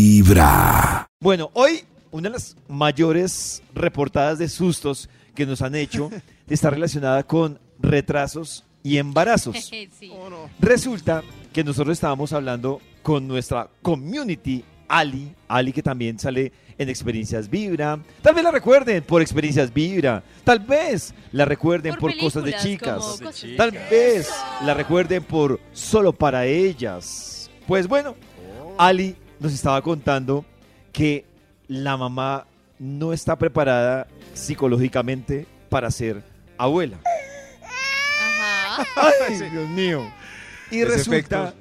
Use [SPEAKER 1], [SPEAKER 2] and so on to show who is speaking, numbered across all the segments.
[SPEAKER 1] Vibra.
[SPEAKER 2] Bueno, hoy una de las mayores reportadas de sustos que nos han hecho está relacionada con retrasos y embarazos.
[SPEAKER 3] Sí.
[SPEAKER 2] Resulta que nosotros estábamos hablando con nuestra community Ali, Ali que también sale en Experiencias Vibra. Tal vez la recuerden por Experiencias Vibra. Tal vez la recuerden por, cosas de
[SPEAKER 3] películas,
[SPEAKER 2] chicas.
[SPEAKER 3] como
[SPEAKER 4] De
[SPEAKER 3] cosas-
[SPEAKER 4] chicas.
[SPEAKER 2] Tal vez la recuerden por Solo para ellas. Pues bueno, Ali nos estaba contando que la mamá no está preparada psicológicamente para ser abuela.
[SPEAKER 3] Ajá.
[SPEAKER 2] Ay, Dios mío. Y
[SPEAKER 4] Ese
[SPEAKER 2] resulta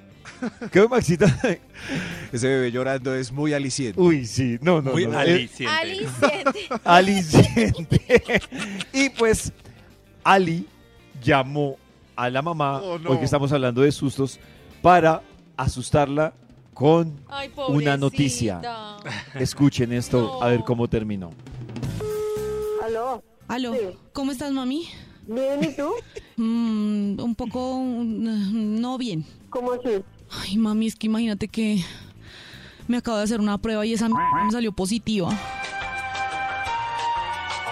[SPEAKER 2] que Maxita,
[SPEAKER 4] Ese bebé llorando es muy aliciente.
[SPEAKER 2] uy, sí, no, no,
[SPEAKER 4] Muy
[SPEAKER 2] no, Eh,
[SPEAKER 4] Ali.
[SPEAKER 2] es
[SPEAKER 5] Siente.
[SPEAKER 3] Aliciente.
[SPEAKER 2] aliciente. y pues Ali llamó a la mamá,
[SPEAKER 4] Oh, no.
[SPEAKER 2] hoy que estamos hablando de sustos, para asustarla con
[SPEAKER 3] Ay,
[SPEAKER 2] Una noticia.
[SPEAKER 3] pobrecita.
[SPEAKER 2] Escuchen esto,
[SPEAKER 3] No.
[SPEAKER 2] a ver cómo terminó.
[SPEAKER 6] Aló,
[SPEAKER 7] Aló,
[SPEAKER 6] Sí.
[SPEAKER 7] ¿cómo estás, mami?
[SPEAKER 6] bien, ¿y tú?
[SPEAKER 7] Mm, un poco mm, no bien.
[SPEAKER 6] ¿Cómo así?
[SPEAKER 7] Ay, mami, es que imagínate que me acabo de hacer una prueba y esa mierda me salió positiva.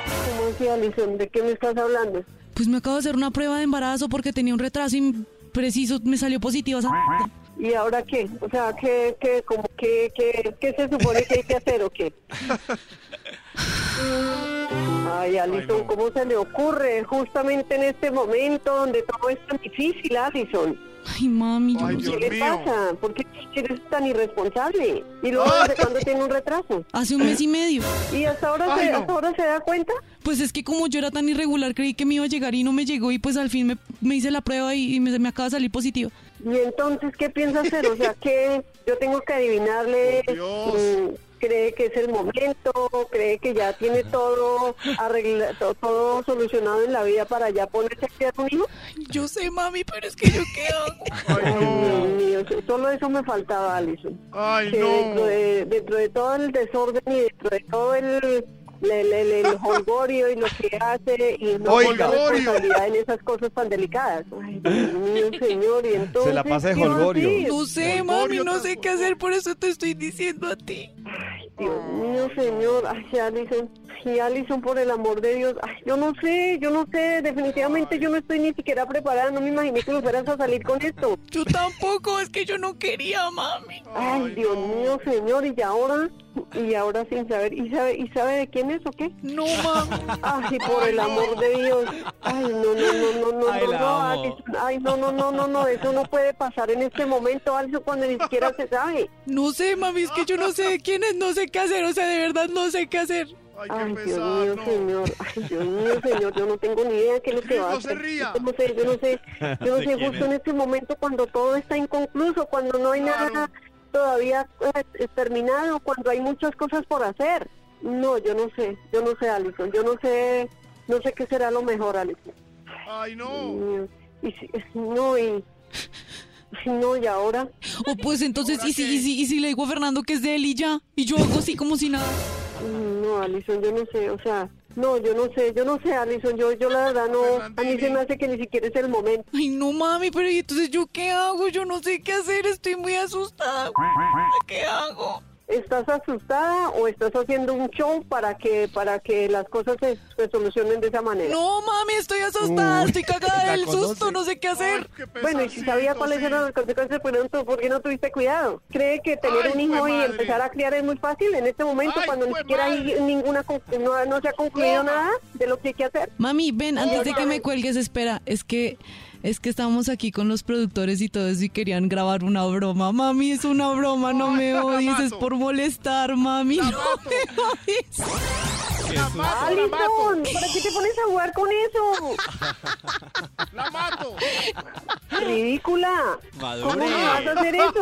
[SPEAKER 6] ¿Cómo así, Alison? ¿De qué me estás hablando?
[SPEAKER 7] Pues me acabo de hacer una prueba de embarazo porque tenía un retraso y preciso me salió positiva esa mierda.
[SPEAKER 6] ¿Y ahora qué? O sea, ¿qué, qué, como, qué, qué, qué se supone que hay que hacer o qué? Ay, Alison, ¿cómo se le ocurre justamente en este momento donde todo es tan difícil, Alison?
[SPEAKER 7] Ay, mami, yo
[SPEAKER 4] Ay,
[SPEAKER 7] no sé.
[SPEAKER 4] Dios
[SPEAKER 6] ¿Qué le
[SPEAKER 4] mío.
[SPEAKER 6] pasa? ¿Por qué eres tan irresponsable? ¿Y luego desde cuándo tiene un retraso?
[SPEAKER 7] Hace un mes y medio.
[SPEAKER 6] ¿Y hasta ahora, se, hasta ahora se da cuenta?
[SPEAKER 7] Pues es que como yo era tan irregular creí que me iba a llegar y no me llegó y pues al fin me, me hice la prueba y, y me, me acaba de salir positiva.
[SPEAKER 6] ¿Y entonces qué piensa hacer? O sea, que yo tengo que adivinarle. mm, ¿Cree que es el momento? ¿Cree que ya tiene todo arreglado, todo solucionado en la vida para ya ponerse a criar un hijo?
[SPEAKER 7] Ay, Yo sé, mami, pero es que yo qué hago.
[SPEAKER 6] Ay, Dios mío, solo eso me faltaba, Alison.
[SPEAKER 4] Ay,
[SPEAKER 6] Que dentro, de, dentro de todo el desorden y dentro de todo el, el, el- el holgorio y lo que hace y no
[SPEAKER 2] Oiga.
[SPEAKER 6] tenga responsabilidad en esas cosas tan delicadas. Ay, Dios mío, señor, y entonces...
[SPEAKER 2] Se la pasa de
[SPEAKER 6] ¿qué va a
[SPEAKER 2] holgorio.
[SPEAKER 6] hacer?
[SPEAKER 7] No sé, mami, no sé qué hacer, por eso te estoy diciendo a ti.
[SPEAKER 6] Dios mío, señor. Ay, Alison. Y Alison, por el amor de Dios. Ay, yo no sé, yo no sé. Definitivamente yo no estoy ni siquiera preparada. No me imaginé que nos fueras a salir con esto.
[SPEAKER 7] Yo tampoco, es que yo no quería, mami.
[SPEAKER 6] Ay, Dios mío, señor. Y ahora, y ahora sin saber. ¿Y sabe, y sabe de quién es o qué?
[SPEAKER 7] No, mami.
[SPEAKER 6] Ay, por el amor de Dios. Ay, no, no, no, no, no,
[SPEAKER 5] Ay,
[SPEAKER 6] no,
[SPEAKER 5] la
[SPEAKER 6] no,
[SPEAKER 5] amo.
[SPEAKER 6] Alison. Ay, no, no, no, no, no. Eso no puede pasar en este momento, Alison, cuando ni siquiera se sabe.
[SPEAKER 7] No sé, mami, es que yo no sé de quién es, no sé qué hacer, o sea, de verdad no sé qué hacer.
[SPEAKER 6] Ay, Dios mío, señor. Ay, Dios mío, señor. Yo no tengo ni idea de qué es lo que va a hacer. Yo no sé, yo no sé. Yo no sé, justo en este momento cuando todo está inconcluso, cuando no hay nada todavía eh, terminado, cuando hay muchas cosas por hacer. No, yo no sé. Yo no sé, Alison. Yo no sé. No sé qué será lo mejor, Alison.
[SPEAKER 4] Ay,
[SPEAKER 6] Dios
[SPEAKER 4] no.
[SPEAKER 6] mío. Y si, no, y... si No, y ahora...
[SPEAKER 7] O pues entonces, ¿y si, y, si, y si le digo a Fernando que es de él y ya? Y yo hago así como si nada.
[SPEAKER 6] mm, No, Alison, yo no sé, o sea, no, yo no sé, yo no sé, Alison, yo, yo la verdad no, a mí se me hace que ni siquiera es el momento.
[SPEAKER 7] Ay, no, mami, pero ¿y entonces yo qué hago? Yo no sé qué hacer, estoy muy asustada. ¿Qué hago?
[SPEAKER 6] ¿Estás asustada o estás haciendo un show para que para que las cosas se, se solucionen de esa manera?
[SPEAKER 7] No, mami, estoy asustada, estoy cagada del susto, no sé qué hacer.
[SPEAKER 4] pues,
[SPEAKER 6] Bueno, y si sabía cuáles eran las consecuencias, pues, no, ¿por qué no tuviste cuidado? ¿Cree que tener un hijo y empezar a criar es muy fácil en este momento cuando ni siquiera hay ninguna con- no, no se ha concluido nada de lo que hay que hacer?
[SPEAKER 7] Mami, ven, antes de que me cuelgues, espera, es que es que estábamos aquí con los productores y todo eso y querían grabar una broma. Mami, es una broma, no me odies, es por molestar, mami. No me odies.
[SPEAKER 6] Alison, ¡Ah, ¿para qué te pones a jugar con eso? La mato. Ridícula. ¿Cómo
[SPEAKER 5] Madure.
[SPEAKER 6] me vas a hacer eso?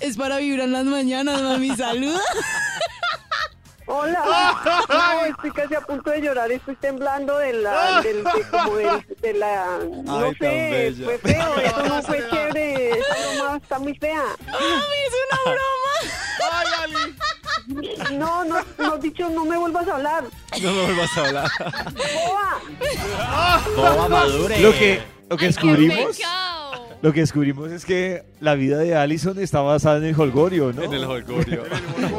[SPEAKER 7] Es para vibrar en las mañanas, mami, saluda.
[SPEAKER 6] Hola. No, estoy casi a punto de llorar, estoy temblando de la, del, de, como del- de la, no
[SPEAKER 5] Ay, tan
[SPEAKER 6] sé,
[SPEAKER 5] bella.
[SPEAKER 6] fue feo, eso no fue chévere, esa broma está muy fea.
[SPEAKER 7] Mami, es una broma.
[SPEAKER 6] No, no, no has dicho, no me vuelvas a hablar.
[SPEAKER 5] No me vuelvas a hablar.
[SPEAKER 6] ¡Boba!
[SPEAKER 5] Boba madure.
[SPEAKER 2] Lo que, lo que
[SPEAKER 3] Ay, qué
[SPEAKER 2] descubrimos,
[SPEAKER 3] pecado.
[SPEAKER 2] Lo que descubrimos es que la vida de Allison está basada en el holgorio, ¿no?
[SPEAKER 1] En el holgorio.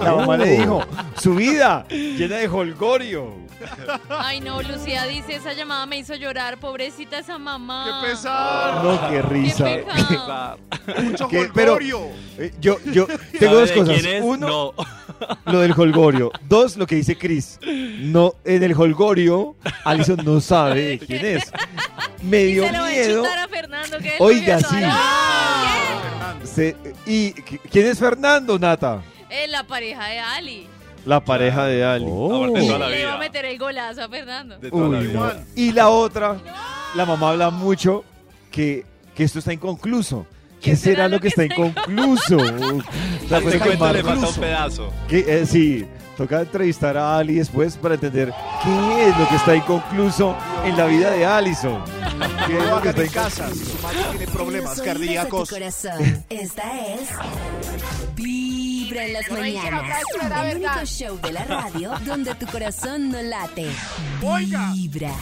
[SPEAKER 2] La mamá le dijo, su vida llena de holgorio.
[SPEAKER 3] Ay, no, Lucía dice, esa llamada me hizo llorar, pobrecita esa
[SPEAKER 1] Ah.
[SPEAKER 3] mamá.
[SPEAKER 4] ¡Qué pesar!
[SPEAKER 2] No, qué
[SPEAKER 3] Qué
[SPEAKER 2] risa.
[SPEAKER 3] pecado.
[SPEAKER 4] ¡Mucho
[SPEAKER 2] ¿Qué? Pero-
[SPEAKER 4] jolgorio!
[SPEAKER 2] Eh, Yo, yo tengo dos
[SPEAKER 1] ¿Sabe de
[SPEAKER 2] cosas.
[SPEAKER 1] quién es?
[SPEAKER 2] Uno,
[SPEAKER 1] No.
[SPEAKER 2] lo del holgorio. Dos, lo que dice Chris. No, en el holgorio, Alison no sabe de quién es. Me
[SPEAKER 3] Y
[SPEAKER 2] dio
[SPEAKER 3] se lo va a
[SPEAKER 2] miedo.
[SPEAKER 3] chutar a Fernando, que es el
[SPEAKER 2] Oiga,
[SPEAKER 3] novio de
[SPEAKER 2] sí.
[SPEAKER 3] Sara.
[SPEAKER 2] Se- ¿Y qui- quién es Fernando, Nata?
[SPEAKER 3] Es la pareja de Ali.
[SPEAKER 2] La pareja de Ali.
[SPEAKER 1] Aparte de toda la
[SPEAKER 3] Le iba a
[SPEAKER 1] vida.
[SPEAKER 3] meter el golazo a Fernando.
[SPEAKER 1] De toda la
[SPEAKER 2] Uy, no.
[SPEAKER 1] vida.
[SPEAKER 2] Y la otra, la mamá habla mucho que, que esto está inconcluso. ¿Qué será lo que está inconcluso? La
[SPEAKER 1] A este
[SPEAKER 4] Pues
[SPEAKER 2] cosa que
[SPEAKER 1] cuento le
[SPEAKER 2] más-
[SPEAKER 1] falta un pedazo.
[SPEAKER 2] que, eh, sí, toca entrevistar a Ali después para entender qué es lo que está inconcluso en la vida de Allison. ¿Qué
[SPEAKER 4] No
[SPEAKER 2] es
[SPEAKER 4] lo
[SPEAKER 2] lo que
[SPEAKER 4] hagan
[SPEAKER 2] está
[SPEAKER 4] en
[SPEAKER 2] inconcluso?
[SPEAKER 4] casa. si Su madre tiene problemas
[SPEAKER 5] Los oídos de tu
[SPEAKER 4] cardíacos.
[SPEAKER 5] corazón. Esta es Vibra en las mañanas. El único show de la radio donde tu corazón no late. Vibra.